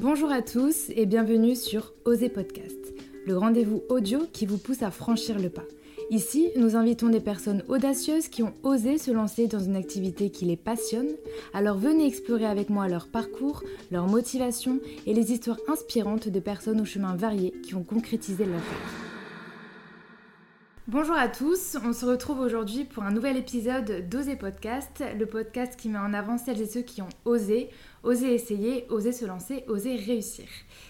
Bonjour à tous et bienvenue sur Oser Podcast, le rendez-vous audio qui vous pousse à franchir le pas. Ici, nous invitons des personnes audacieuses qui ont osé se lancer dans une activité qui les passionne. Alors venez explorer avec moi leur parcours, leur motivation et les histoires inspirantes de personnes aux chemins variés qui ont concrétisé leur rêve. Bonjour à tous, on se retrouve aujourd'hui pour un nouvel épisode d'Oser Podcast, le podcast qui met en avant celles et ceux qui ont osé, osé essayer, osé se lancer, osé réussir.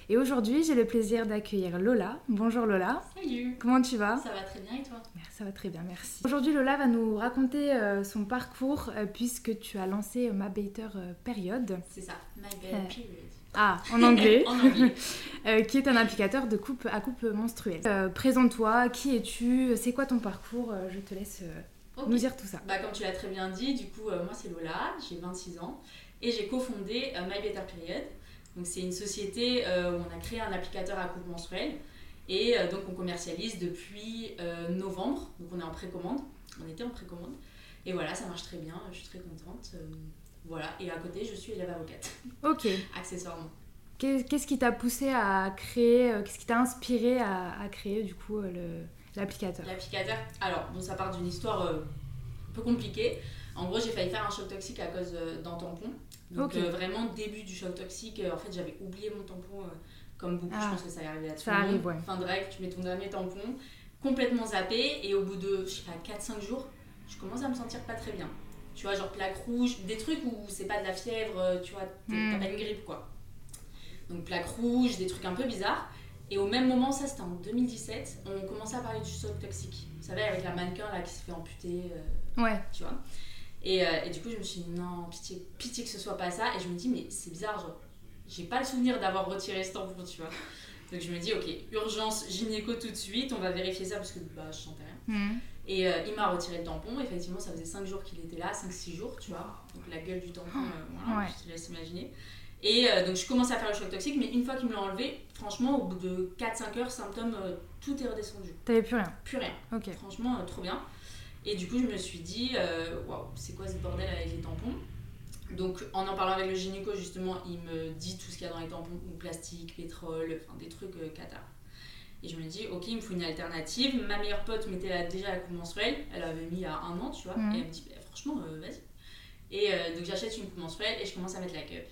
Et aujourd'hui, j'ai le plaisir d'accueillir Lola. Bonjour Lola, Salut comment tu vas Ça va très bien et toi Ça va très bien, merci. Aujourd'hui, Lola va nous raconter euh, son parcours euh, puisque tu as lancé euh, Ma Better euh, Period. C'est ça, my Euh, bad period. Ah, en anglais, en anglais. euh, qui est un applicateur de coupe à coupe menstruelle. Euh, Présente-toi, qui es-tu C'est quoi ton parcours Euh, Je te laisse euh, Ok. nous dire tout ça. Bah, comme tu l'as très bien dit, du coup, euh, moi c'est Lola, j'ai 26 ans et j'ai cofondé euh, My Better Period. Donc, c'est une société euh, où on a créé un applicateur à coupe mensuelle et euh, donc on commercialise depuis euh, novembre. Donc, on est en précommande. On était en précommande et voilà, ça marche très bien, je suis très contente. euh, voilà, et à côté, je suis élève avocate, Ok, accessoirement. Qu'est- qu'est-ce qui t'a poussé à créer, euh, qu'est-ce qui t'a inspiré à, à créer du coup euh, le- l'applicateur L'applicateur. Alors, bon, ça part d'une histoire euh, un peu compliquée. En gros, j'ai failli faire un choc toxique à cause euh, d'un tampon. Donc, Ok. euh, vraiment, début du choc toxique, euh, en fait, j'avais oublié mon tampon, euh, comme beaucoup, Ah. je pense que ça arrive à tout Ça le monde. arrive, ouais. Fin de règle, tu mets ton dernier tampon, complètement zappé, et au bout de, je sais pas, 4-5 jours, je commence à me sentir pas très bien. Tu vois, genre plaque rouge, des trucs où c'est pas de la fièvre, euh, tu vois, t'es- Mm. t'as pas une grippe, quoi. Donc, plaque rouge, des trucs un peu bizarres. Et au même moment, ça c'était en 2017, on commençait à parler du choc toxique. Vous savez, avec la mannequin là qui se fait amputer, euh, Ouais, tu vois. Et, euh, et du coup, je me suis dit, non, pitié, pitié que ce soit pas ça. Et je me dis, mais c'est bizarre, genre, j'ai pas le souvenir d'avoir retiré ce tampon, tu vois. Donc je me dis, ok, urgence gynéco tout de suite, on va vérifier ça parce que bah, je sentais rien. Mhm. Et euh, il m'a retiré le tampon, effectivement, ça faisait 5 jours qu'il était là, 5-6 jours, tu vois. Donc la gueule du tampon, euh, voilà, Ouais. je te laisse imaginer. Et euh, donc je commençais à faire le choc toxique, mais une fois qu'il me l'a enlevé, franchement, au bout de 4-5 heures, symptômes, euh, tout est redescendu. t'avais plus rien. Plus rien. Ok. Franchement, euh, trop bien. Et du coup, je me suis dit, euh, waouh, c'est quoi ce bordel avec les tampons Donc, en en parlant avec le gynéco, justement, il me dit tout ce qu'il y a dans les tampons, donc plastique, pétrole, enfin des trucs euh, cata. Et je me dis, ok, il me faut une alternative. Ma meilleure pote m'était là déjà à la coupe menstruelle, elle avait mis à un an, tu vois, Mhm. et elle me dit, bah, franchement, euh, vas-y. Et euh, donc, j'achète une coupe menstruelle et je commence à mettre la cup.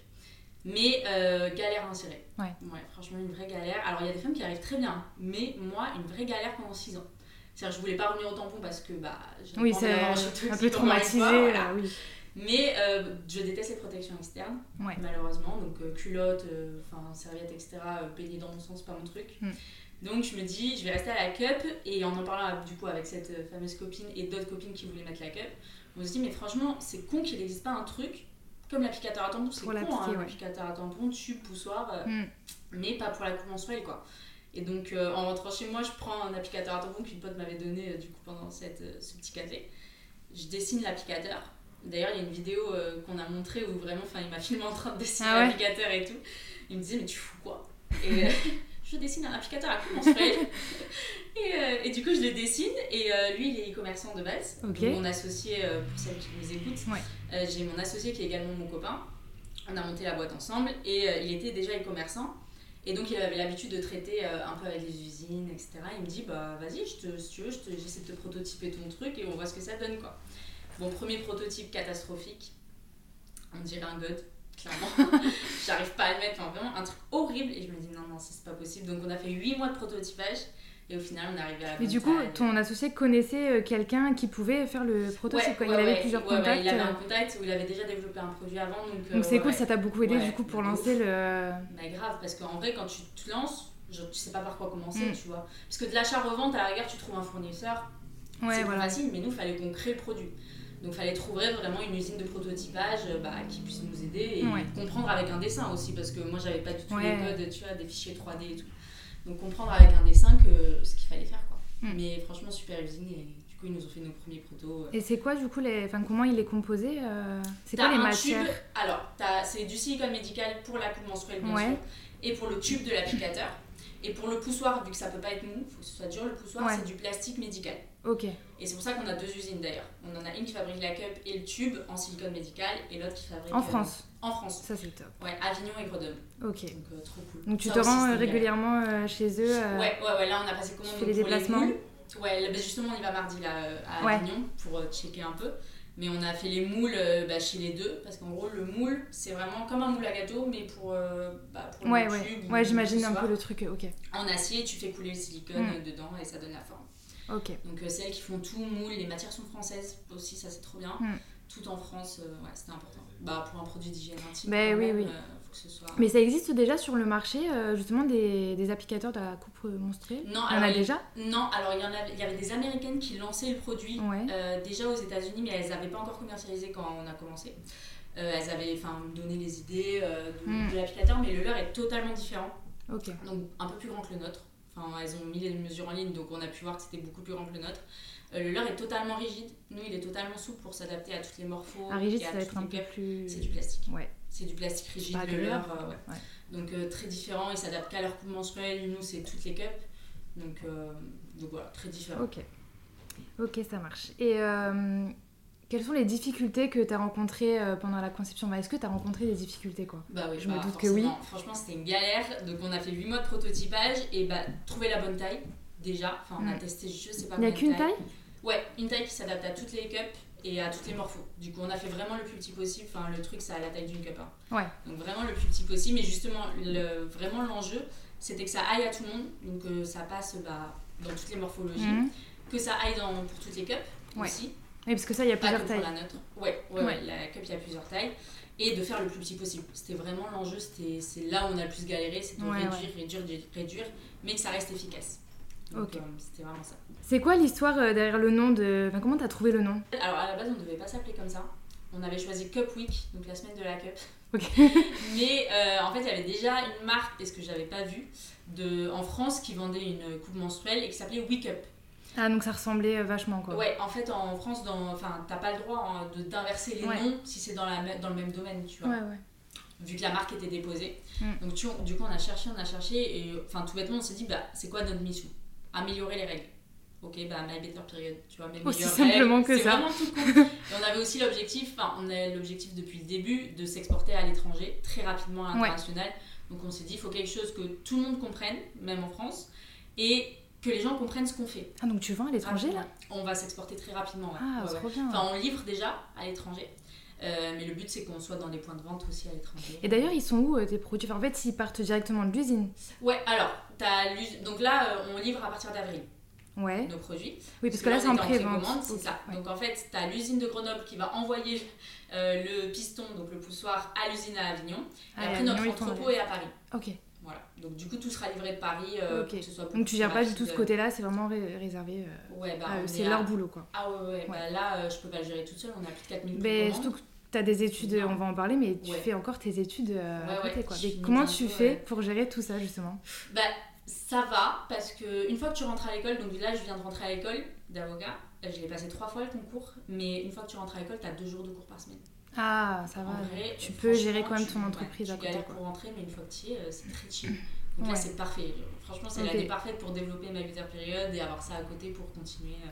Mais euh, galère à insérer. Ouais. franchement, une vraie galère. Alors, il y a des femmes qui arrivent très bien, mais moi, une vraie galère pendant 6 ans. C'est-à-dire, je voulais pas revenir au tampon parce que bah, j'avais Oui, pas envie c'est d'avoir un choc un peu toxique, on m'arrive pas, traumatisé. voilà. euh, oui. Mais euh, je déteste les protections externes, Ouais. malheureusement. Donc, euh, culotte, euh, enfin, serviette, etc., euh, baigner dans mon sens, c'est pas mon truc. Mm. Donc, je me dis, je vais rester à la cup. Et en en parlant du coup avec cette euh, fameuse copine et d'autres copines qui voulaient mettre la cup, on se dit, mais franchement, c'est con qu'il n'existe pas un truc comme l'applicateur à tampon. C'est Pour con, hein, l'appliquer, ouais. l'applicateur à tampon, tube, poussoir. euh, Mm. mais pas pour la coupe mensuelle quoi. Et donc euh, en rentrant chez moi, je prends un applicateur à tampon qu'une pote m'avait donné euh, du coup pendant cette, euh, ce petit café. Je dessine l'applicateur. D'ailleurs, il y a une vidéo euh, qu'on a montrée où vraiment, enfin, il m'a filmé en train de dessiner Ah ouais l'applicateur et tout. Il me disait mais tu fous quoi Et euh, je dessine un applicateur à coupe mensuelle. et, euh, et du coup, je le dessine et euh, lui, il est commerçant de base. Ok. Donc, mon associé euh, pour celles qui nous écoutent. Ouais. Euh, J'ai mon associé qui est également mon copain. On a monté la boîte ensemble et euh, il était déjà e-commerçant. Et donc, il avait l'habitude de traiter euh, un peu avec les usines, etc. Il me dit, bah vas-y, je te- si tu veux, je te- j'essaie de te prototyper ton truc et on voit ce que ça donne, quoi. Bon, premier prototype catastrophique. On dirait un god, clairement. J'arrive pas à le mettre, enfin, vraiment un truc horrible. Et je me dis, non, non, ça, c'est pas possible. Donc, on a fait 8 mois de prototypage et au final, on est arrivé à la Et bonne du coup, taille. ton associé connaissait euh, quelqu'un qui pouvait faire le Ouais, prototype. quoi. il ouais, avait ouais, plusieurs ouais, ouais, contacts. il avait un euh, contact où il avait déjà développé un produit avant. Donc, euh, Donc c'est ouais, cool, ouais. ça t'a beaucoup aidé Ouais, du coup pour de lancer ouf. le. Bah grave, parce qu'en vrai, quand tu te lances, genre, tu sais pas par quoi commencer, Mm. tu vois. Parce que de l'achat-revente, à la rigueur, tu trouves un fournisseur, c'est Ouais, plus voilà. facile, mais nous, fallait qu'on crée le produit. Donc, fallait trouver vraiment une usine de prototypage euh, bah, qui puisse nous aider et Ouais. comprendre avec un dessin aussi, parce que moi, j'avais pas du tout Ouais. les codes, tu vois, des fichiers 3D et tout. Donc, comprendre avec un dessin que ce qu'il fallait faire, quoi. Mm. Mais franchement, super usine, et du coup, ils nous ont fait nos premiers protos. euh. Et c'est quoi du coup les. Enfin, comment il est composé euh, C'est T'as quoi les un matières tube, alors t'as- c'est du silicone médical pour la coupe menstruelle bien Ouais. sûr, et pour le tube de l'applicateur. Et pour le poussoir, vu que ça peut pas être mou, faut que ce soit dur le poussoir, Ouais. c'est du plastique médical. Ok. Et c'est pour ça qu'on a deux usines d'ailleurs. On en a une qui fabrique la cup et le tube en silicone médical et l'autre qui fabrique. En euh, France. en France. Ça, c'est top. Ouais, Avignon et Grenoble. Ok. Donc euh, trop cool. Donc tu Ça te aussi, rends c'était euh, génial. régulièrement euh, chez eux euh, Ouais, ouais, ouais, là on a passé commande tu fais donc, les pour déplacements moules. Ouais, là, bah, justement on y va mardi là, euh, à Ouais. Avignon pour euh, checker un peu. Mais on a fait les moules euh, bah, chez les deux parce qu'en gros le moule c'est vraiment comme un moule à gâteau mais pour, euh, bah, pour le Ouais, tube ouais. ou Ouais, j'imagine je sais un pas. peu le truc. euh, Ok. En acier tu fais couler le silicone Mm. euh, dedans et ça donne la forme. Ok. Donc euh, c'est elles qui font tout moule, les matières sont françaises aussi ça c'est trop bien. Mm. Tout en France, euh, ouais c'était important. Bah pour un produit d'hygiène intime, Bah quand oui, même, oui. euh, faut que ce soit. Mais ça existe déjà sur le marché, euh, justement, des, des applicateurs de la coupe euh, monstrée Non, Il y en alors, a il- déjà non, alors il y, en avait, il y avait des américaines qui lançaient le produit Ouais. Euh, déjà aux États-Unis, mais elles n'avaient pas encore commercialisé quand on a commencé. Euh, elles avaient enfin, donné les idées euh, de, Mm. de l'applicateur, mais le leur est totalement différent, Ok. donc un peu plus grand que le nôtre. Enfin, elles ont mis les mesures en ligne, donc on a pu voir que c'était beaucoup plus grand que le nôtre. Euh, le leur est totalement rigide. Nous, il est totalement souple pour s'adapter à toutes les morphos. Un Ah, rigide, et à ça va toutes être un les peu gueules. plus. C'est du plastique. Ouais. C'est du plastique rigide, Pas le leur. euh, ouais. ouais. Donc euh, très différent, ils s'adaptent qu'à leur coupe mensuelle. Nous, c'est toutes les cups. Donc, euh, donc voilà, très différent. Ok. Ok, ça marche. Et euh, quelles sont les difficultés que tu as rencontrées euh, pendant la conception Bah, Est-ce que tu as rencontré des difficultés quoi Bah oui, Je me bah, doute que forcément. Franchement, c'était une galère. Donc, on a fait 8 mois de prototypage et bah, trouver la bonne taille, déjà. Enfin, on a Mm. testé, je sais pas Il n'y a combien de qu'une tailles. taille Ouais, une taille qui s'adapte à toutes les cups et à toutes les morphos. Du coup, on a fait vraiment le plus petit possible. Enfin, le truc, ça a la taille d'une cup. hein. Ouais. Donc, vraiment le plus petit possible. Mais justement, le, vraiment l'enjeu, c'était que ça aille à tout le monde. Donc, euh, ça passe bah, dans toutes les morphologies. Mhm. Que ça aille dans, pour toutes les cups Ouais. aussi. Oui, parce que ça, il y a Pas plusieurs que tailles. pour la nôtre. Ouais, ouais, Ouais. ouais, la cup, il y a plusieurs tailles. Et de faire le plus petit possible. C'était vraiment l'enjeu, c'était- c'est là où on a le plus galéré, c'est de Ouais, réduire, réduire, réduire, réduire, mais que ça reste efficace. Donc Ok. euh, c'était vraiment ça. C'est quoi l'histoire euh, derrière le nom de. Enfin, comment t'as trouvé le nom Alors à la base, on ne devait pas s'appeler comme ça. On avait choisi Cup Week, donc la semaine de la cup. Ok. mais euh, en fait, il y avait déjà une marque, et ce que j'avais pas vu, de, en France qui vendait une coupe menstruelle et qui s'appelait We Cup. Ah, donc ça ressemblait euh, vachement quoi. Ouais, en fait, en France, dans- enfin, t'as pas le droit hein, de- d'inverser les Ouais. noms si c'est dans, la me- dans le même domaine, tu vois. ouais. ouais. vu que la marque était déposée. Mm. Donc tu- du coup on a cherché, on a cherché et enfin tout bêtement on s'est dit bah c'est quoi notre mission Améliorer les règles. Ok bah my better period, tu vois mes Aussi meilleures simplement règles. que C'est ça. vraiment tout con. et on avait aussi l'objectif, enfin on a l'objectif depuis le début de s'exporter à l'étranger très rapidement à Ouais. l'international. Donc on s'est dit il faut quelque chose que tout le monde comprenne, même en France, et que les gens comprennent ce qu'on fait. Ah, donc tu vends à l'étranger là On va s'exporter très rapidement. ouais. Ah, Ouais, ouais. trop bien. Enfin on livre déjà à l'étranger. Euh, mais le but c'est qu'on soit dans des points de vente aussi à l'étranger. Et d'ailleurs, ils sont où euh, tes produits Enfin, En fait, ils partent directement de l'usine. Ouais, alors, t'as l'us- donc là, euh, on livre à partir d'avril Ouais. nos produits. Oui, parce que là, c'est on en était pré-vente. précommande, c'est Ok, ça. ouais. Donc en fait, t'as l'usine de Grenoble qui va envoyer euh, le piston, donc le poussoir, à l'usine à Avignon. Ah, et après, et notre Avignon, ils t'ont entrepôt est à Paris. Ok. Voilà. Donc du coup, tout sera livré de Paris. euh, Ok. pour que ce soit beaucoup Donc tu plus gères pas du tout rapide. ce côté-là, c'est vraiment ré- réservé. euh, Ouais, bah, à on eux, est c'est à- leur boulot quoi. Ah ouais, ouais, ouais, bah là, euh, je peux pas le gérer toute seule, on a plus de 4000 Mais précommandes. surtout que t'as des études, Ouais. on va en parler, mais tu Ouais. fais encore tes études euh, à Ouais, côté ouais, quoi. je Mais suis comment un tu peu, fais ouais. pour gérer tout ça justement Bah, ça va, parce que une fois que tu rentres à l'école, donc là je viens de rentrer à l'école d'avocat, euh, je l'ai passé trois fois le concours, mais une fois que tu rentres à l'école, t'as deux jours de cours par semaine. Ah, ça va. En vrai, tu euh, peux gérer quand franchement, même tu- ton ouais, entreprise à tu côté galères quoi. pour rentrer, mais une fois que tu y es, euh, c'est très chill. Donc là, Ouais. c'est parfait. Franchement, c'est Ok. l'année parfaite pour développer ma user période et avoir ça à côté pour continuer. euh.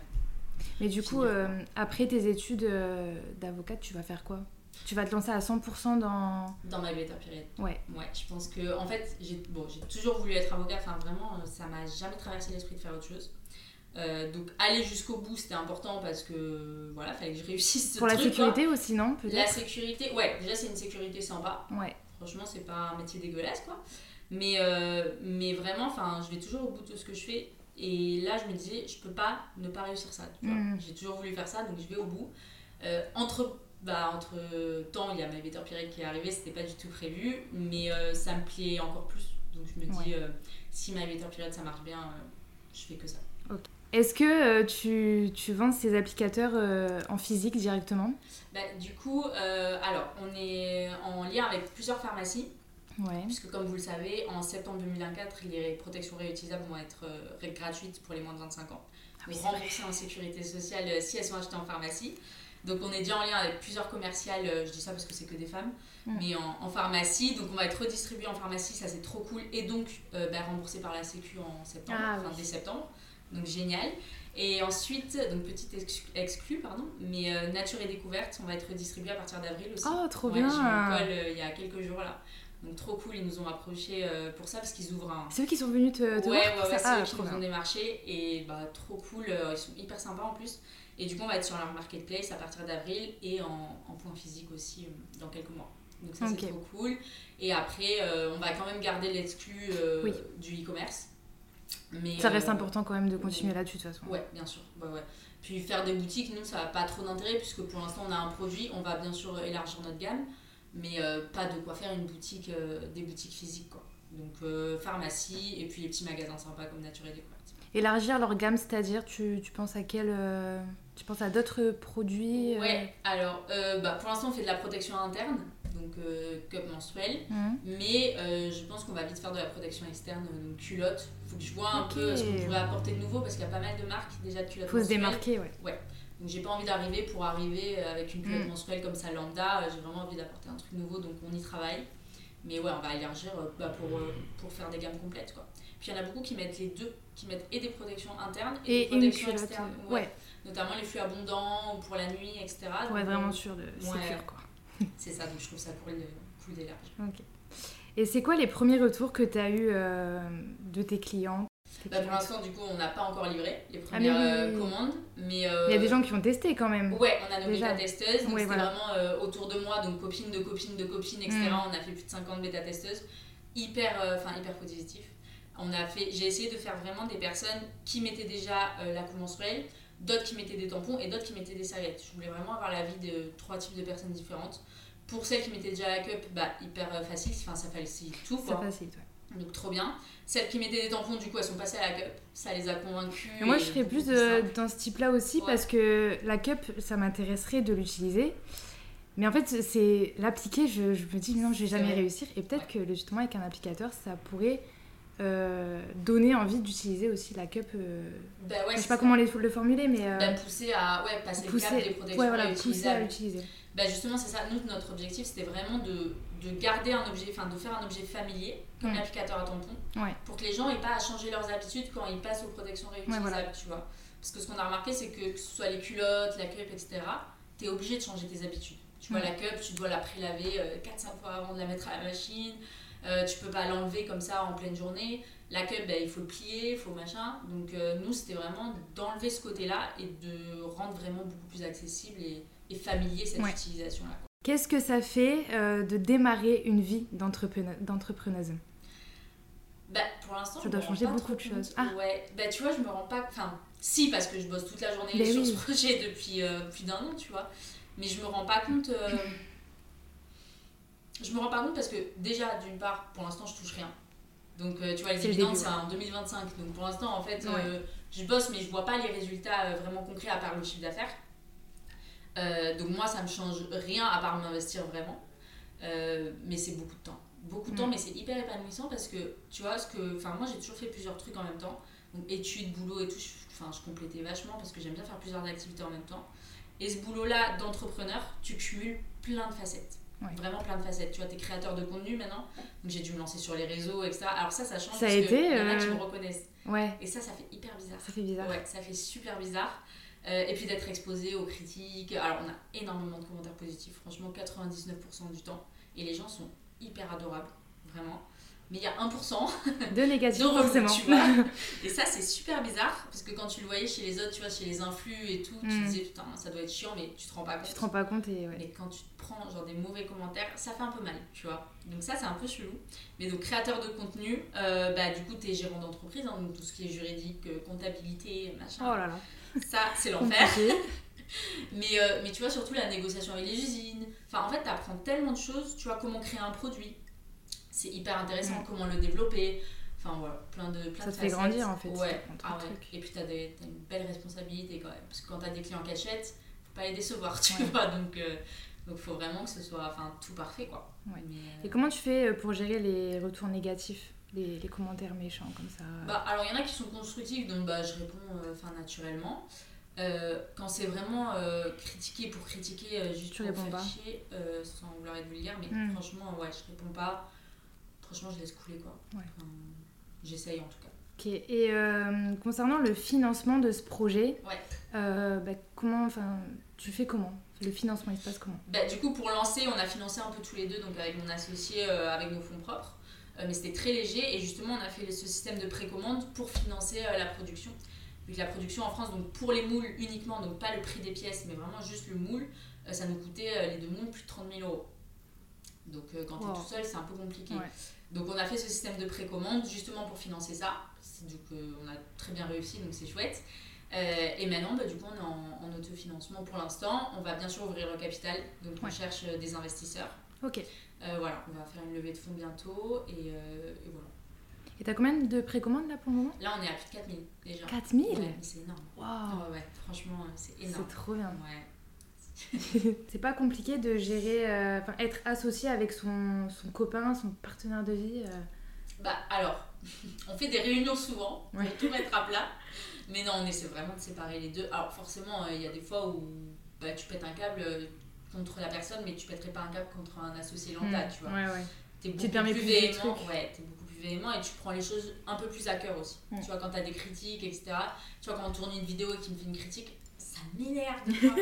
Mais du tu coup, galères euh, après tes études euh, d'avocate, tu vas faire quoi Tu vas te lancer à 100% dans. Dans ma better période. Ouais. Ouais, je pense que, en fait, j'ai bon, j'ai toujours voulu être avocat, enfin vraiment, euh, ça m'a jamais traversé l'esprit de faire autre chose. Euh, donc aller jusqu'au bout, c'était important parce que, voilà, fallait que je réussisse ce Pour la truc. hein. quoi. sécurité aussi, non La Peut-être sécurité, ouais, déjà c'est une sécurité sympa. Ouais. Franchement, c'est pas un métier dégueulasse, quoi. Mais, euh, mais vraiment, enfin, je vais toujours au bout de ce que je fais. Et là, je me disais, je peux pas ne pas réussir ça. tu vois. Mm. J'ai toujours voulu faire ça, donc je vais au bout. Euh, entre, bah, entre temps, il y a My Better Period qui est arrivé, c'était pas du tout prévu, mais euh, ça me plaît encore plus. Donc je me dis, euh, si My Better Period ça marche bien, euh, je fais que ça. Est-ce que euh, tu, tu vends ces applicateurs euh, en physique directement Bah, du coup, euh, alors, on est en lien avec plusieurs pharmacies. Ouais. Puisque comme vous le savez, en septembre 2024, les protections réutilisables vont être euh, ré- gratuites pour les moins de 25 ans. Ah oui, Vous c'est remboursez en sécurité sociale euh, si elles sont achetées en pharmacie. Donc on est déjà en lien avec plusieurs commerciales, euh, je dis ça parce que c'est que des femmes, Mm. mais en, en pharmacie. Donc on va être redistribué en pharmacie, ça c'est trop cool. Et donc euh, bah, remboursé par la Sécu en septembre, Ah fin oui. dès septembre. donc génial. Et ensuite, donc petite exclue, exclu, pardon, mais euh, Nature et Découverte, on va être distribué à partir d'avril aussi. Oh, trop Ouais, bien J'ai eu une colle euh, il y a quelques jours là. Donc trop cool, ils nous ont approchés euh, pour ça parce qu'ils ouvrent un. C'est eux qui sont venus te, te ouais, voir pour ouais, ça. ouais, c'est eux Ah, qui trop nous ont bien. démarché et bah trop cool, euh, ils sont hyper sympas en plus. Et du coup, on va être sur leur marketplace à partir d'avril et en, en point physique aussi euh, dans quelques mois. Donc ça, Ok. c'est trop cool. Et après, euh, on va quand même garder l'exclu euh, Oui. du e-commerce. Mais, Ça reste euh, important quand même de continuer là-dessus de toute façon. Ouais, bien sûr. Ouais, ouais. Puis faire des boutiques, nous, ça n'a pas trop d'intérêt puisque pour l'instant, on a un produit, on va bien sûr élargir notre gamme, mais euh, pas de quoi faire une boutique, euh, des boutiques physiques, quoi. Donc euh, pharmacie et puis les petits magasins sympas comme Nature et Découverte. Élargir leur gamme, c'est-à-dire tu, tu penses à quel euh, tu penses à d'autres produits euh, Ouais, alors euh, bah, pour l'instant, on fait de la protection interne, donc euh, cup menstruel, hein mais euh, je pense qu'on va vite faire de la protection externe, euh, donc culotte. Faut que je vois un Ok. peu ce qu'on pourrait apporter de nouveau parce qu'il y a pas mal de marques déjà de culottes Faut se menstruelles. démarquer, ouais. Donc j'ai pas envie d'arriver pour arriver euh, avec une culotte Mm. menstruelle comme ça lambda. Euh, J'ai vraiment envie d'apporter un truc nouveau, donc on y travaille. Mais ouais, on va élargir euh, bah, pour, euh, pour faire des gammes complètes. quoi. Puis il y en a beaucoup qui mettent les deux, qui mettent et des protections internes et, des Et une protections culotte. externes. euh, Ouais. Ouais, Notamment les flux abondants ou pour la nuit, etc. pour être Donc, vraiment sûr de Ouais. sécure, quoi. C'est ça, donc je trouve ça cool, de- cool d'élargir. Et c'est quoi les premiers retours que tu as eu euh, de tes clients tes Bah, pour clientes l'instant, du coup, on n'a pas encore livré Ah, les mais premières oui, oui, euh, oui. commandes. Mais, Il y a euh, des gens qui ont testé quand même. Ouais, on a nos Mm. Déjà. bêta-testeuses, donc Ouais, c'était voilà. vraiment euh, autour de moi, donc copines de copines de copines, etc. Mm. On a fait plus de 50 bêta-testeuses, hyper, euh, enfin hyper positif. On a fait, j'ai essayé de faire vraiment des personnes qui mettaient déjà euh, la coupe menstruelle, d'autres qui mettaient des tampons et d'autres qui mettaient des serviettes. Je voulais vraiment avoir l'avis de trois types de personnes différentes. Pour celles qui mettaient déjà la cup, bah hyper euh, facile, enfin ça facilite tout Ça quoi. facilite, ouais. Donc trop bien. Celles qui mettaient des tampons, du coup elles sont passées à la cup, ça les a convaincues. Mais moi, et je serais beaucoup plus simple. euh, dans ce type-là aussi Ouais. parce que la cup, ça m'intéresserait de l'utiliser. Mais en fait, c'est l'appliquer, je, je me dis non, je vais C'est jamais vrai. réussir. Et peut-être que justement, avec un applicateur, ça pourrait euh, donner envie d'utiliser aussi la cup. euh, Bah ouais, je sais c'est pas ça. comment les- le formuler, mais euh, Bah, pousser à ouais, passer le cap des protections ouais, voilà, pousser à réutilisables. l'utiliser. Bah, justement, c'est ça. Nous, notre objectif, c'était vraiment de, de garder un objet, enfin de faire un objet familier, comme Mm. l'applicateur à tampon, Ouais. pour que les gens n'aient pas à changer leurs habitudes quand ils passent aux protections réutilisables, voilà. tu vois. Parce que ce qu'on a remarqué, c'est que, que ce soit les culottes, la cup, etc., tu es obligé de changer tes habitudes. Tu vois, Mm. la cup, tu dois la prélaver euh, 4-5 fois avant de la mettre à la machine. Euh, tu peux pas l'enlever comme ça en pleine journée. La cup, bah, il faut le plier, il faut machin. Donc, euh, nous, c'était vraiment d'enlever ce côté-là et de rendre vraiment beaucoup plus accessible et, et familier cette Ouais. utilisation-là. quoi. Qu'est-ce que ça fait euh, de démarrer une vie d'entrepreneu- d'entrepreneuse Bah, pour l'instant, Ça je me doit rends changer pas beaucoup trop de choses. compte. Ah. Ouais, bah tu vois, je me rends pas. Enfin, si, parce que je bosse toute la journée Mais sur Ben oui. ce projet depuis euh, plus d'un an, tu vois. Mais je me rends pas compte. euh, Je me rends pas compte parce que, déjà, d'une part, pour l'instant, je touche rien. Donc, euh, tu vois, les C'est le dividendes, début, c'est en 2025. Donc, pour l'instant, en fait, Ouais. euh, je bosse, mais je vois pas les résultats euh, vraiment concrets à part le chiffre d'affaires. Euh, donc, moi, ça me change rien à part m'investir vraiment. Euh, mais c'est beaucoup de temps. Beaucoup de temps, Mm. mais c'est hyper épanouissant parce que tu vois, ce que, enfin, moi j'ai toujours fait plusieurs trucs en même temps. Donc études, boulot et tout, je, enfin, je complétais vachement parce que j'aime bien faire plusieurs activités en même temps. Et ce boulot-là d'entrepreneur, tu cumules plein de facettes. Ouais. Vraiment plein de facettes. Tu vois, t'es créateur de contenu maintenant, donc j'ai dû me lancer sur les réseaux, etc. Alors ça, ça change. Ça a parce que été, Il y en a qui euh, me reconnaissent. Ouais, Et ça, ça fait hyper bizarre. ça fait bizarre. Ouais, ça fait super bizarre. Euh, et puis d'être exposé aux critiques. Alors, on a énormément de commentaires positifs, franchement, 99% du temps. Et les gens sont hyper adorables, vraiment. Mais il y a 1% De négatif, de forcément. revenus, tu vois. Et ça, c'est super bizarre, parce que quand tu le voyais chez les autres, tu vois, chez les influx et tout, tu Mm. te disais, putain, ça doit être chiant, mais tu te rends pas compte. tu te rends pas compte et ouais. Mais quand tu te prends genre des mauvais commentaires, ça fait un peu mal, tu vois. Donc ça, c'est un peu chelou. Mais donc créateur de contenu, euh, bah du coup, t'es gérant d'entreprise, hein, donc tout ce qui est juridique, euh, comptabilité, Oh machin. là là. Ça, c'est l'enfer. Compliqué. Mais, euh, mais tu vois, surtout la négociation avec les usines. Enfin, en fait, tu apprends tellement de choses. Tu vois, comment créer un produit. C'est hyper intéressant. Comment le développer. Enfin, voilà, plein de plein Mm. Ça de te fait facettes. grandir en fait. ça Ouais. t'apprend trop Ah de ouais. trucs. Et puis, tu as, une belle responsabilité quand même. Parce que quand tu as des clients cachette, faut pas les décevoir, tu Ouais. vois. Donc, euh, donc, faut vraiment que ce soit enfin, tout parfait, quoi. Ouais. Mais, euh, Et comment tu fais pour gérer les retours négatifs, les, les commentaires méchants comme ça Bah, alors, il y en a qui sont constructifs, donc bah, je réponds euh, enfin, naturellement. Euh, quand c'est vraiment euh, critiquer pour critiquer, euh, juste Tu pour réponds faire pas. chier, euh, sans vouloir être vulgaire, mais Mm. franchement, ouais, je réponds pas. Franchement, je laisse couler, quoi. Ouais. Enfin, J'essaye, en tout cas. Ok. Et euh, concernant le financement de ce projet, Ouais. euh, bah, comment, enfin, tu fais comment Le financement, il se passe comment Bah, du coup, pour lancer, on a financé un peu tous les deux, donc avec mon associé, euh, avec nos fonds propres. Euh, mais c'était très léger et justement, on a fait ce système de précommande pour financer euh, la production. Vu que la production en France, donc pour les moules uniquement, donc pas le prix des pièces, mais vraiment juste le moule, euh, ça nous coûtait euh, les deux moules plus de 30 000 euros. Donc euh, quand Wow. t'es tout seul, c'est un peu compliqué. Ouais. Donc on a fait ce système de précommande justement pour financer ça. C'est- Donc euh, on a très bien réussi, donc c'est chouette. Euh, et maintenant, bah, du coup, on est en, en autofinancement pour l'instant. On va bien sûr ouvrir le capital, donc on Ouais. cherche euh, des investisseurs. Ok. Euh, voilà, on va faire une levée de fonds bientôt. Et, euh, et voilà. Et t'as combien de précommandes là pour le moment Là, on est à plus de 4000 déjà. 4000 Ouais, mais c'est énorme. Waouh Ouais, ouais, franchement, euh, c'est Ah. C'est énorme. trop bien. Ouais. C'est pas compliqué de gérer, euh, enfin, être associé avec son, son copain, son partenaire de vie. euh. Bah alors, on fait des réunions souvent Ouais. pour tout mettre à plat. Mais non, on essaie vraiment de séparer les deux. Alors forcément, euh, il y a des fois où bah, tu pètes un câble euh, contre la personne, mais tu pèterais pas un câble contre un associé lambda, Hmm. tu vois. Ouais, ouais. T'es te beaucoup permets plus plus de véhément, trucs. ouais, t'es beaucoup plus véhément et tu prends les choses un peu plus à cœur aussi. Mm. Tu vois, quand t'as des critiques, etc. Tu vois, quand on tourne une vidéo et qu'il me fait une critique, ça m'énerve des fois.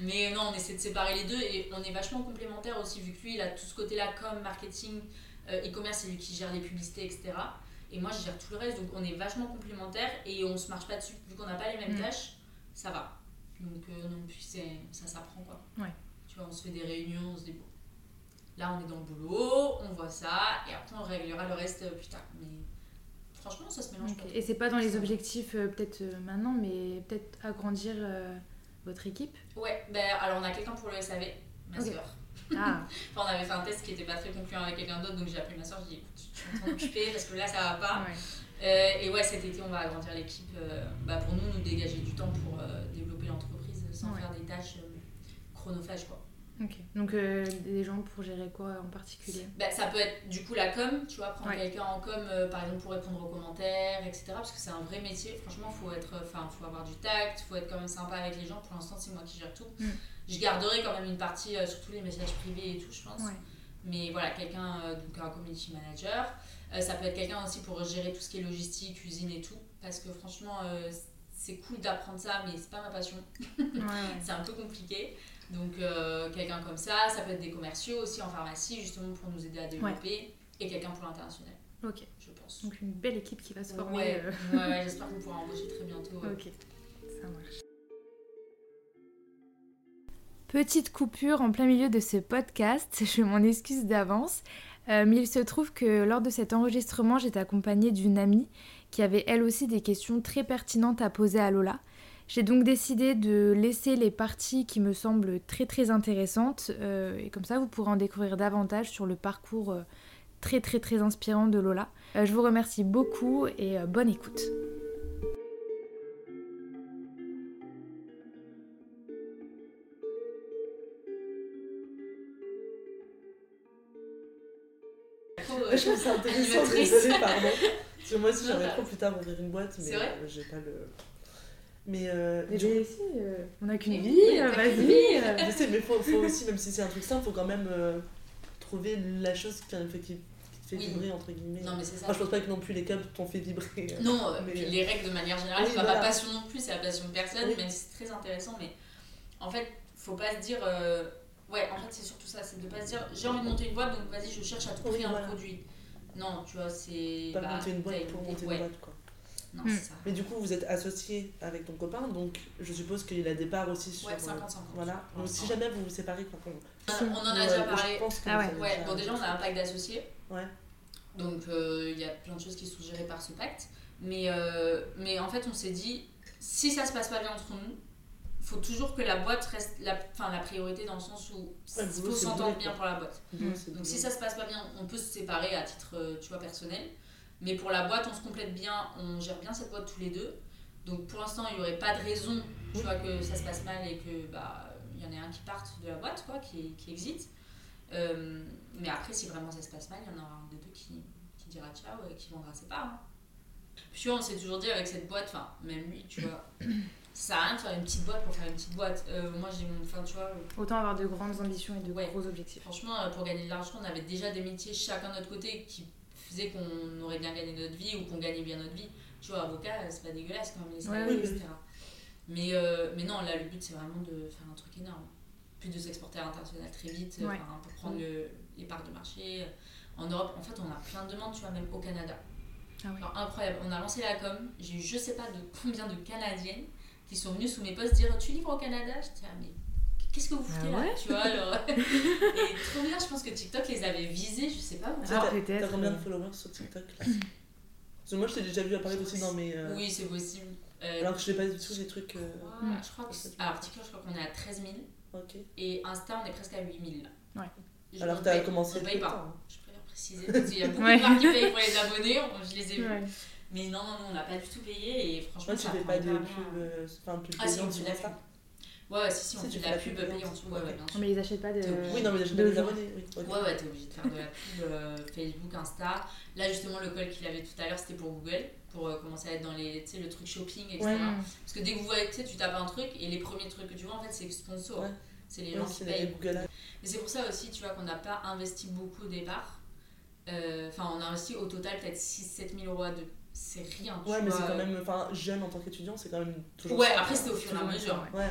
Mais non, on essaie de séparer les deux et on est vachement complémentaires aussi, vu que lui, il a tout ce côté-là, comme marketing, euh, e-commerce, c'est lui qui gère les publicités, etc. Et moi, je gère tout le reste, donc on est vachement complémentaires et on se marche pas dessus, vu qu'on n'a pas les mêmes Mm. tâches, ça va. Donc, euh, non, puis c'est- ça s'apprend quoi. Ouais. Tu vois, on se fait des réunions, on se dit bon. Là, on est dans le boulot, on voit ça, et après, on réglera le reste euh, plus tard. Mais franchement, ça se mélange Ok. pas. trop. Et c'est pas dans les objectifs euh, peut-être euh, maintenant, mais peut-être agrandir euh, votre équipe. Ouais, ben alors, on a quelqu'un pour le SAV, ma Ok. soeur. Ah, Enfin, on avait fait un test qui était pas très concluant avec quelqu'un d'autre, donc j'ai appelé ma soeur, j'ai dit écoute, tu vas t'en occuper parce que là, ça va pas. Ah, ouais. Euh, et ouais, cet été, on va agrandir l'équipe euh, bah, pour nous, nous dégager du temps pour euh, développer l'entreprise euh, sans Ouais. faire des tâches euh, chronophages, quoi. Ok. Donc euh, des gens pour gérer quoi en particulier Bah, ça peut être du coup la com, tu vois, prendre Ouais. quelqu'un en com, euh, par exemple, pour répondre aux commentaires, etc. Parce que c'est un vrai métier. Franchement, faut être, euh, enfin, faut avoir du tact, faut être quand même sympa avec les gens. Pour l'instant, c'est moi qui gère tout. Mm. Je garderai quand même une partie, euh, surtout les messages privés et tout, je pense. Ouais. Mais voilà, quelqu'un, euh, donc un community manager. Euh, ça peut être quelqu'un aussi pour gérer tout ce qui est logistique, cuisine et tout. Parce que franchement, euh, c'est cool d'apprendre ça, mais c'est pas ma passion. Ouais, ouais. C'est un peu compliqué. Donc, euh, quelqu'un comme ça, ça peut être des commerciaux aussi en pharmacie, justement pour nous aider à développer. Et quelqu'un pour l'international, Ok. je pense. Donc une belle équipe qui va se former. ouais, euh. ouais, ouais, j'espère qu'on pourra embaucher très bientôt. euh. ouais. Ok, ça marche. Petite coupure en plein milieu de ce podcast, je m'en excuse d'avance, Euh, mais il se trouve que lors de cet enregistrement, j'étais accompagnée d'une amie qui avait elle aussi des questions très pertinentes à poser à Lola. J'ai donc décidé de laisser les parties qui me semblent très très intéressantes, euh, et comme ça vous pourrez en découvrir davantage sur le parcours euh, très très très inspirant de Lola. Euh, je vous remercie beaucoup et euh, bonne écoute. Trop, euh, Ouais, je trouve ça intéressant, Animatrice. désolée, pardon. Parce que moi aussi, Non, j'aimerais ça- trop plus tard ouvrir une boîte, mais C'est vrai euh, j'ai pas le. Mais. Euh, Mais du- si, euh, on n'a qu'une Oui, vie, on euh, n'a qu'une vas-y. euh. je sais, mais faut, faut aussi, même si c'est un truc simple, faut quand même euh, trouver la chose qui, enfin, qui- qui te fait Oui. vibrer, entre guillemets. Non, mais c'est ça. Enfin, je pense pas que non plus les câbles t'ont fait vibrer. Non, euh, Mais- puis les règles de manière générale, Oui, c'est pas ma voilà. passion non plus, c'est la passion de personne, Oui. même si c'est très intéressant. Mais en fait, faut pas se dire. euh, Ouais, en fait, c'est surtout ça, c'est de pas se dire j'ai envie de monter une boîte, donc vas-y, je cherche à tout Oui, prix un voilà. produit. Non, tu vois, c'est. Pas bah, monter une t'as boîte pour idée- monter ouais. une boîte, quoi. Non, Hmm. c'est ça. Mais du coup, vous êtes associé avec ton copain, donc je suppose qu'il a des parts aussi sur. Ouais, euh, 50-50. Voilà. Donc si jamais vous vous séparez, quoi, qu'on- On en a déjà Ouais, parlé. Je pense que Ah ouais. vous avez Ouais, déjà- euh, bon déjà on a un pacte d'associés. Ouais. Donc euh, il y a plein de choses qui sont gérées par ce pacte. Mais, euh, mais en fait on s'est dit, si ça se passe pas bien entre nous, faut toujours que la boîte reste la, enfin, la priorité dans le sens où Ouais, il le boulot, faut c'est le s'entendre boulot, bien quoi. pour la boîte. Donc, c'est Donc tout. si ça se passe pas bien, on peut se séparer à titre, euh, tu vois, personnel. Mais pour la boîte, on se complète bien, on gère bien cette boîte tous les deux. Donc pour l'instant, il n'y aurait pas de raison, tu vois, que ça se passe mal et que bah il y en ait un qui parte de la boîte, quoi, qui, qui existe. Euh, mais après, si vraiment ça se passe mal, il y en aura un des deux qui, qui dira ciao et qui vendra ses parts. hein. Puis tu vois, on s'est toujours dit avec cette boîte, enfin, même lui, tu vois, ça sert à rien de faire une petite boîte pour faire une petite boîte. Euh, moi, j'ai mon, enfin, tu vois, Autant avoir de grandes ambitions et de Ouais. gros objectifs. Franchement, euh, pour gagner de l'argent, on avait déjà des métiers chacun de notre côté qui disais qu'on aurait bien gagné notre vie ou qu'on gagnait bien notre vie. Tu vois, avocat, euh, c'est pas dégueulasse quand même, les salariés, oui, oui. etc. Mais, euh, mais non, là, le but, c'est vraiment de faire un truc énorme. Puis de s'exporter à l'international très vite euh, Ouais. enfin, pour prendre le- les parts de marché. euh, En Europe, en fait, on a plein de demandes, tu vois, même au Canada. Ah ouais. Alors, incroyable, on a lancé la com, j'ai eu je sais pas de combien de Canadiennes qui sont venues sous mes postes dire Tu livres au Canada Je dis ah, mais qu'est-ce que vous Ah foutez là ouais Tu vois, alors. Et trop bien, je pense que TikTok les avait visés, je sais pas. Ah, T'as- T'as peut-être. combien de followers sur TikTok là Parce que moi, je t'ai déjà vu apparaître aussi dans mes. euh, Oui, c'est possible. Euh, Alors que je fais pas du tout des trucs. euh, ouais, Hmm. je crois que. Mm. Alors, TikTok, je crois qu'on est à 13 000 Ok. et Insta, on est presque à 8 000. là. Ouais. Je- Alors on que t'as paye- commencé. On paye tout le pas. temps. Je préfère préciser parce qu'il y a beaucoup Ouais. de marques qui payent pour les abonnés, on- je les ai vus. Ouais. Mais non, non, non, on n'a pas du tout payé et franchement, Moi, tu ça fais prend pas de hyper pub. bien. euh, Enfin, de pub Ah si, on payante fait sur de la Insta. pub. Ouais, ouais, si, si, on Si, fait tu de fais la la pub pub payée en payante. dessous, ouais, ouais, bien sûr. Mais ils achètent pas de. T'es obligé. Oui, non, mais j'ai de jamais des gens. abonnés. Oui. ok. Ouais, ouais, t'es obligé de faire de la pub, euh, Facebook, Insta. Là, justement, le call qu'il avait tout à l'heure, c'était pour Google, pour euh, commencer à être dans les, tu sais, le truc shopping, etc. Ouais. Mm. Parce que dès que vous voyez, tu sais, tu tapes un truc et les premiers trucs que tu vois, en fait, c'est sponsor. Ouais. C'est les Ouais, gens qui c'est payent. les Google Ads. Mais c'est pour ça aussi, tu vois, qu'on n'a pas investi beaucoup au départ. Euh, Enfin, on a investi au total peut-être 6-7 000 euros à deux. C'est rien, tu Ouais, mais vois. c'est quand même. Enfin, jeune en tant qu'étudiant, c'est quand même toujours. Ouais, ça. après, c'était au fur et à Toujours mesure. ça, ouais. Ouais.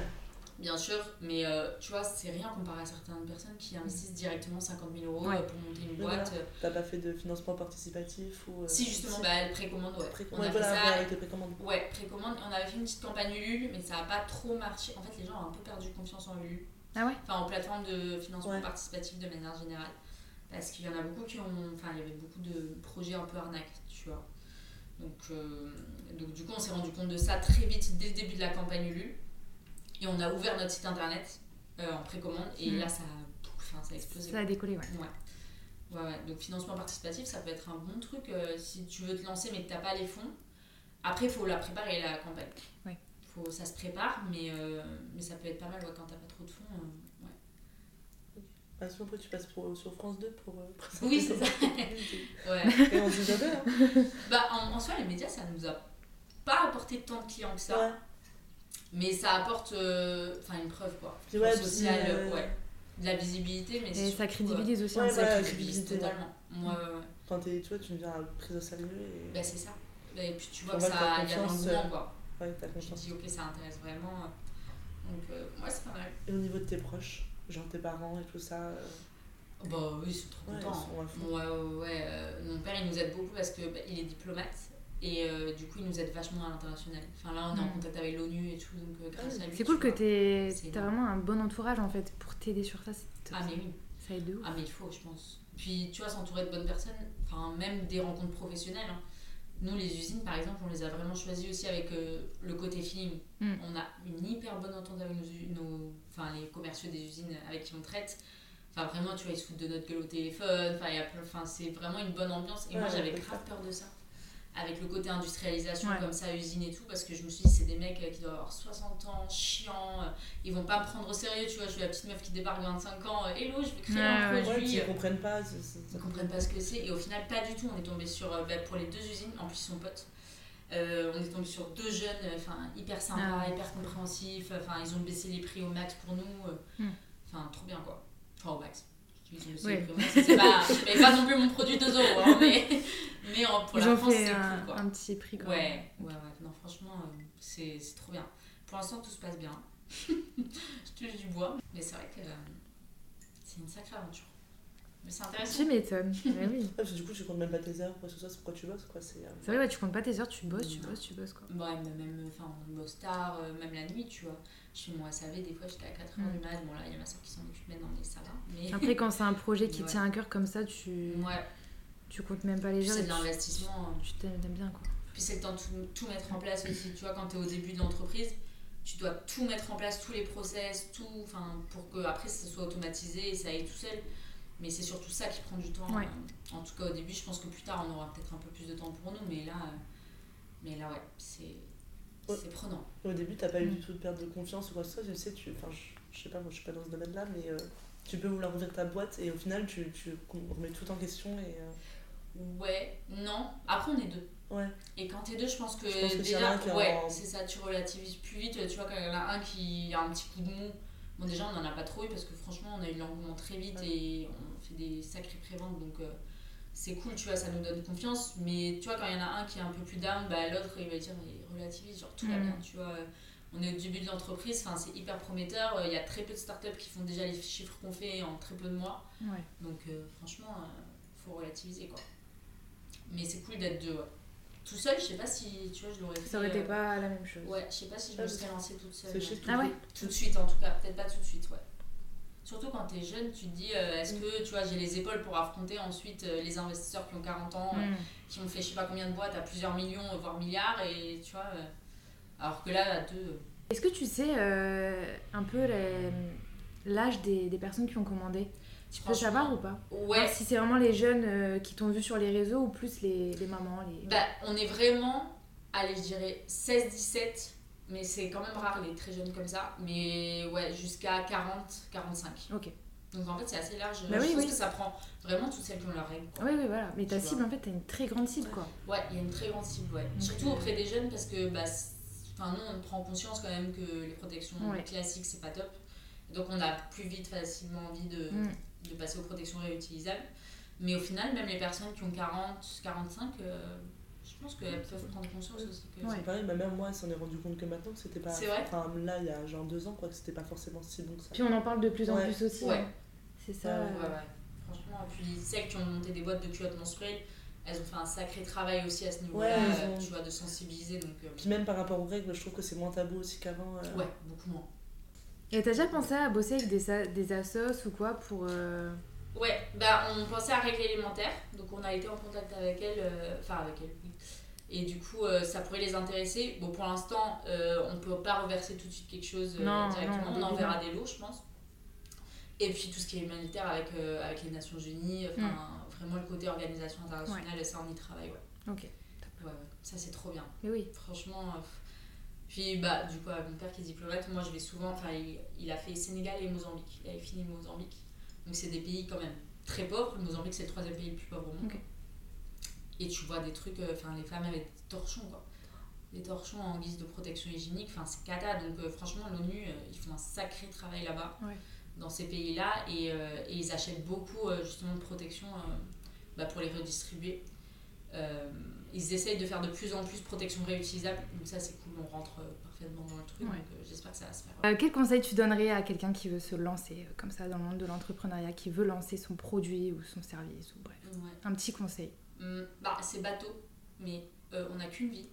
Bien sûr, mais euh, tu vois, c'est rien comparé à certaines personnes qui investissent directement 50 000 euros Ouais. euh, pour monter une Oui, voilà. boîte. T'as pas fait de financement participatif ou. euh, Si justement, si. bah, elle précommande, ouais. On Précommande. a Ouais, fait voilà, ça. ouais, avec les précommandes. Ouais, précommande. On avait fait une petite campagne Ulule, mais ça n'a pas trop marché. En fait, les gens ont un peu perdu confiance en Ulule. Ah ouais Enfin, en plateforme de financement Ouais. participatif de manière générale. Parce qu'il y en a beaucoup qui ont. Enfin, il y avait beaucoup de projets un peu arnaques, tu vois. Donc, euh, donc du coup, on s'est rendu compte de ça très vite dès le début de la campagne Ulule. Et on a ouvert notre site internet euh, en précommande. Et Mhm. là, ça a, enfin, ça a explosé. Ça a décollé, ouais. Ouais, ouais. donc financement participatif, ça peut être un bon truc euh, si tu veux te lancer mais que t'as pas les fonds. Après, il faut la préparer, la campagne. Ouais. Faut, ça se prépare, mais, euh, mais ça peut être pas mal ouais, quand t'as pas trop de fonds. euh, ouais. Ah, sinon, après, tu passes pour- sur France 2 pour euh, présenter. Oui, c'est ton- ça. Ouais. Et on dit jamais, hein. bah, en, en soi, les médias, ça nous a pas apporté tant de clients que ça, Ouais. mais ça apporte euh, enfin une preuve, quoi. Puis ouais, Preuve puis, sociale, euh, ouais. De la visibilité, mais Et c'est ça surtout, euh, crédibilise aussi Ouais, Mm. un voilà. peu. ça la crédibilise visibilité, ouais. totalement. Moi, ouais, ouais. Quand t'es, tu vois, tu deviens prise au sérieux et. Bah, c'est ça. Bah, et puis tu vois On que voit que ça, t'as il y a de confiance, l'engouement, euh, quoi. Ouais, t'as Je me confiance. dis, ok, ça intéresse vraiment. Donc, euh, ouais, c'est pas mal. Et au niveau de tes proches, genre tes parents et tout ça. euh, Bah oui, ils sont trop Ouais, ils contents. hein. sont à fond. Ouais, ouais, ouais, euh, mon père, il nous aide beaucoup parce que bah, il est diplomate et euh, du coup, il nous aide vachement à l'international. Enfin, là, on est en Mm. contact avec l'ONU et tout, donc euh, Ah grâce à lui. C'est tu cool que vois. t'aies C'est t'as énorme. vraiment un bon entourage en fait pour t'aider sur ça. c'est top. Ah, mais oui. Ça aide de ouf. Ah, mais il faut, je pense. Puis, tu vois, s'entourer de bonnes personnes, enfin, même des rencontres professionnelles. hein. Nous, les usines, par exemple, on les a vraiment choisies aussi avec euh, le côté feeling. Mm. On a une hyper bonne entente avec nos, u- nos- enfin, les commerciaux des usines avec qui on traite. Enfin, vraiment, tu vois, ils se foutent de notre gueule au téléphone. Enfin, il y a plein- enfin, c'est vraiment une bonne ambiance. Et moi, Ouais, j'avais c'est grave peur de ça. Avec le côté industrialisation, Ouais. comme ça, usine et tout, parce que je me suis dit, c'est des mecs euh, qui doivent avoir 60 ans, chiants, euh, ils vont pas me prendre au sérieux, tu vois. Je suis la petite meuf qui débarque 25 ans, euh, hello, je vais créer un Ouais, ouais. Ouais, produit. ils comprennent pas. c'est- c'est- euh, Ils comprennent pas ce que c'est. Et au final, pas du tout. On est tombé sur, euh, bah, pour les deux usines, en plus ils sont potes, Euh, on est tombé sur deux jeunes euh, enfin, hyper sympas, Ah. hyper compréhensifs. Enfin, ils ont baissé les prix au max pour nous. euh. Hmm. Enfin, trop bien quoi. Enfin, au max. Ils ont baissé Ouais. les prix au max. C'est pas, je paye pas non plus mon produit 2 euros, hein, mais, mais en- pour Ils la ont France, fait c'est un, cool quoi. un petit prix quand même. Ouais, ouais, ouais. Non, franchement, euh, c'est c'est trop bien. Pour l'instant, tout se passe bien. je touche du bois. Mais c'est vrai que euh, c'est une sacrée aventure. Mais c'est Tu intéressant. m'étonnes. Ouais, oui. Ouais, parce que du coup, tu comptes même pas tes heures, quoi, tout ça, c'est pourquoi tu bosses, quoi. C'est. euh, C'est vrai, ouais, tu comptes pas tes heures, tu bosses, tu Non. bosses, tu bosses quoi. Ouais, mais même, euh, enfin, on bosse tard, euh, même la nuit, tu vois. Je suis moi, SAV, des fois j'étais à 4h du mat. Bon, là, il y a ma soeur qui s'en occupe maintenant, mais ça va. Mais Après, quand c'est un projet qui Ouais. tient à cœur comme ça, tu, ouais, tu comptes même pas les puis heures. c'est et de l'investissement. euh. tu- Tu t'aimes t'aimes bien quoi. Puis c'est le temps de tout, tout mettre en place aussi, tu vois, quand t'es au début de l'entreprise, tu dois tout mettre en place, tous les process, tout, enfin, pour que après ça soit automatisé et ça aille tout seul. Mais c'est surtout ça qui prend du temps. Ouais. euh. En tout cas, au début, je pense que plus tard, on aura peut-être un peu plus de temps pour nous, mais là, euh, mais là ouais, c'est Ouais. c'est prenant. Au début, t'as pas eu Mm. du tout de perte de confiance ou quoi que ce soit, je sais, tu. Enfin, je, je sais pas, moi je suis pas dans ce domaine-là, mais euh, tu peux vouloir ouvrir ta boîte et au final, tu, tu remets tout en question et. euh, Ouais, non. Après, on est deux. ouais, Et quand t'es deux, je pense que, Je pense que s'il y en a déjà, un qui est ouais, en- c'est ça, tu relativises plus vite. Tu vois, quand il y en a un qui a un petit coup de mou, bon, déjà, on en a pas trop eu parce que franchement, on a eu de l'engouement très vite Ouais. et on fait des sacrés préventes donc euh, c'est cool, tu vois, ça nous donne confiance. Mais tu vois, quand il y en a un qui est un peu plus down, bah, l'autre, il va dire, il relativise, genre, tout va Mm. bien, tu vois. On est au début de l'entreprise, enfin, c'est hyper prometteur. euh, Il y a très peu de startups qui font déjà les chiffres qu'on fait en très peu de mois. Ouais. Donc, euh, franchement, euh, faut relativiser, quoi. Mais c'est cool d'être deux, ouais. Tout seul, je sais pas si, tu vois, je l'aurais fait. Ça aurait été euh, pas la même chose. Ouais, je sais pas si je Ah, me parce serais lancée toute seule. C'est ouais. chier tout Ah ouais Tout de suite, en tout cas, peut-être pas tout de suite, ouais. Surtout quand t'es jeune, tu te dis, euh, est-ce que tu vois, j'ai les épaules pour affronter ensuite euh, les investisseurs qui ont 40 ans, euh, Mm. qui ont fait je sais pas combien de boîtes à plusieurs millions, euh, voire milliards, et tu vois. euh, alors que là, à deux. euh, Est-ce que tu sais euh, un peu les- l'âge des, des personnes qui ont commandé Tu peux franchement- savoir ou pas Ouais, Si c'est vraiment les jeunes euh, qui t'ont vu sur les réseaux ou plus les, les mamans les... bah, on est vraiment, allez, je dirais 16-17, mais c'est quand même rare les très jeunes comme ça, mais ouais, jusqu'à 40-45. Ok. Donc en fait, c'est assez large. Bah je oui, pense oui. que ça prend vraiment toutes celles qui ont leurs règles. quoi. Oui, oui, voilà. Mais ta Tu vois. cible, en fait, t'as une très grande cible, quoi. Ouais, il y a une très grande cible, ouais. Mhm. Surtout auprès des jeunes parce que bah, c'est- enfin, nous, on prend conscience quand même que les protections Ouais. classiques, c'est pas top. Donc on a plus vite facilement envie de, Mm. de passer aux protections réutilisables. Mais au final, même les personnes qui ont 40, 45, euh, je pense qu'elles peuvent prendre conscience aussi que... Ouais. C'est pareil, ma mère, moi, elle s'en est rendu compte que maintenant, que c'était pas. C'est vrai Enfin, là, il y a genre deux ans, quoi, que c'était pas forcément si bon que ça. Puis on en parle de plus en Ouais. plus aussi. Ouais. hein. C'est ça. Ouais, euh, ouais, ouais. Franchement, et puis celles qui ont monté des boîtes de culottes menstruelles, elles ont fait un sacré travail aussi à ce niveau-là, Ouais, euh, elles ont- tu vois, de sensibiliser. Donc, euh, Puis même par rapport aux règles, je trouve que c'est moins tabou aussi qu'avant. euh, ouais, beaucoup moins. Et t'as déjà pensé à bosser avec des, sa- des assos ou quoi pour. euh, Ouais, bah on pensait à règle élémentaire, donc on a été en contact avec elle, euh, enfin avec elle, oui. Et du coup, euh, ça pourrait les intéresser. Bon, pour l'instant, euh, on peut pas reverser tout de suite quelque chose euh, Non, non, directement, on des enverra des lots, je pense. Et puis tout ce qui est humanitaire avec, euh, avec les Nations Unies, enfin vraiment le côté organisation internationale, ça on y travaille, ouais. Mm. Ok. Ouais, ouais. ça c'est trop bien. Mais oui. Franchement, euh, pff. puis bah, du coup, avec mon père qui est diplomate, moi je vais souvent, enfin, il, il a fait Sénégal et Mozambique. Il avait fini le Mozambique. Donc c'est des pays quand même très pauvres. Le Mozambique, c'est le troisième pays le plus pauvre au monde. Ok. Et tu vois des trucs, euh, enfin, les femmes avec des torchons, quoi. Des torchons en guise de protection hygiénique, enfin, c'est cata. Donc euh, franchement, l'ONU, euh, ils font un sacré travail là-bas, Ouais. dans ces pays-là, et, euh, et ils achètent beaucoup euh, justement de protection euh, bah, pour les redistribuer. Euh, ils essayent de faire de plus en plus protection réutilisable, donc ça c'est cool, on rentre euh, parfaitement dans le truc, Ouais. donc euh, j'espère que ça va se faire. Euh, quel conseil tu donnerais à quelqu'un qui veut se lancer euh, comme ça dans le monde de l'entrepreneuriat, qui veut lancer son produit ou son service ou bref Ouais. Un petit conseil. Hum, bah, c'est bateau, mais euh, on n'a qu'une vie.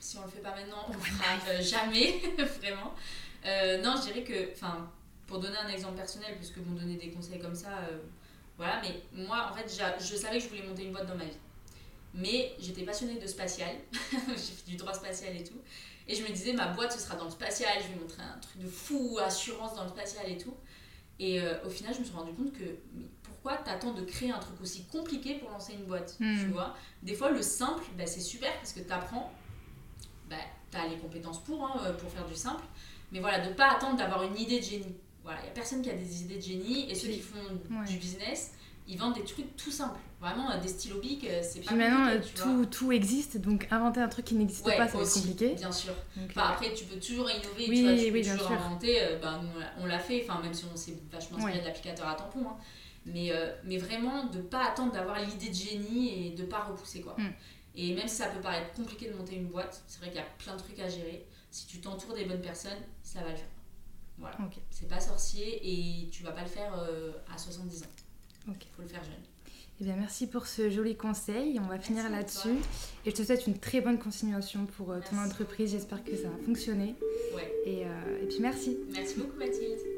Si on le fait pas maintenant, on le fera euh, jamais, vraiment. Euh, non, je dirais que, enfin, pour donner un exemple personnel, parce que vous me donnez des conseils comme ça, euh, voilà, mais moi, en fait, j'a- je savais que je voulais monter une boîte dans ma vie. Mais j'étais passionnée de spatial, j'ai fait du droit spatial et tout. Et je me disais, ma boîte, ce sera dans le spatial, je vais montrer un truc de fou, assurance dans le spatial et tout. Et euh, au final, je me suis rendu compte que mais pourquoi t'attends de créer un truc aussi compliqué pour lancer une boîte Mm. Tu vois Des fois, le simple, bah, c'est super parce que t'apprends, bah, t'as les compétences pour, hein, euh, pour faire du simple. Mais voilà, de pas attendre d'avoir une idée de génie. Voilà, il y a personne qui a des idées de génie et ceux qui font Ouais. du business, ils vendent des trucs tout simples. Vraiment, euh, des stylos bic, euh, c'est pas Puis maintenant, euh, compliqué, tu vois. tout, tout existe, donc inventer un truc qui n'existe Ouais, pas, ça va être aussi, compliqué. Bien sûr. Donc, Enfin, Bah, après, tu peux toujours innover, Oui, tu, vois, tu oui, peux bien toujours sûr. inventer. euh, ben, nous, on l'a- on l'a fait, enfin, même si on s'est vachement inspiré Ouais. de l'applicateur à tampon. hein. Mais, euh, mais vraiment, de pas attendre d'avoir l'idée de génie et de pas repousser. quoi. Mm. Et même si ça peut paraître compliqué de monter une boîte, c'est vrai qu'il y a plein de trucs à gérer. Si tu t'entoures des bonnes personnes, ça va le faire. Voilà. euh, Ok. C'est pas sorcier et tu vas pas le faire euh, à 70 ans. Ok. Faut le faire jeune. Eh bien, merci pour ce joli conseil. On va finir à là-dessus. toi. Et je te souhaite une très bonne continuation pour euh, ton Merci. entreprise. J'espère que ça va fonctionner. Ouais. Et, euh, et puis, merci. Merci beaucoup, Mathilde.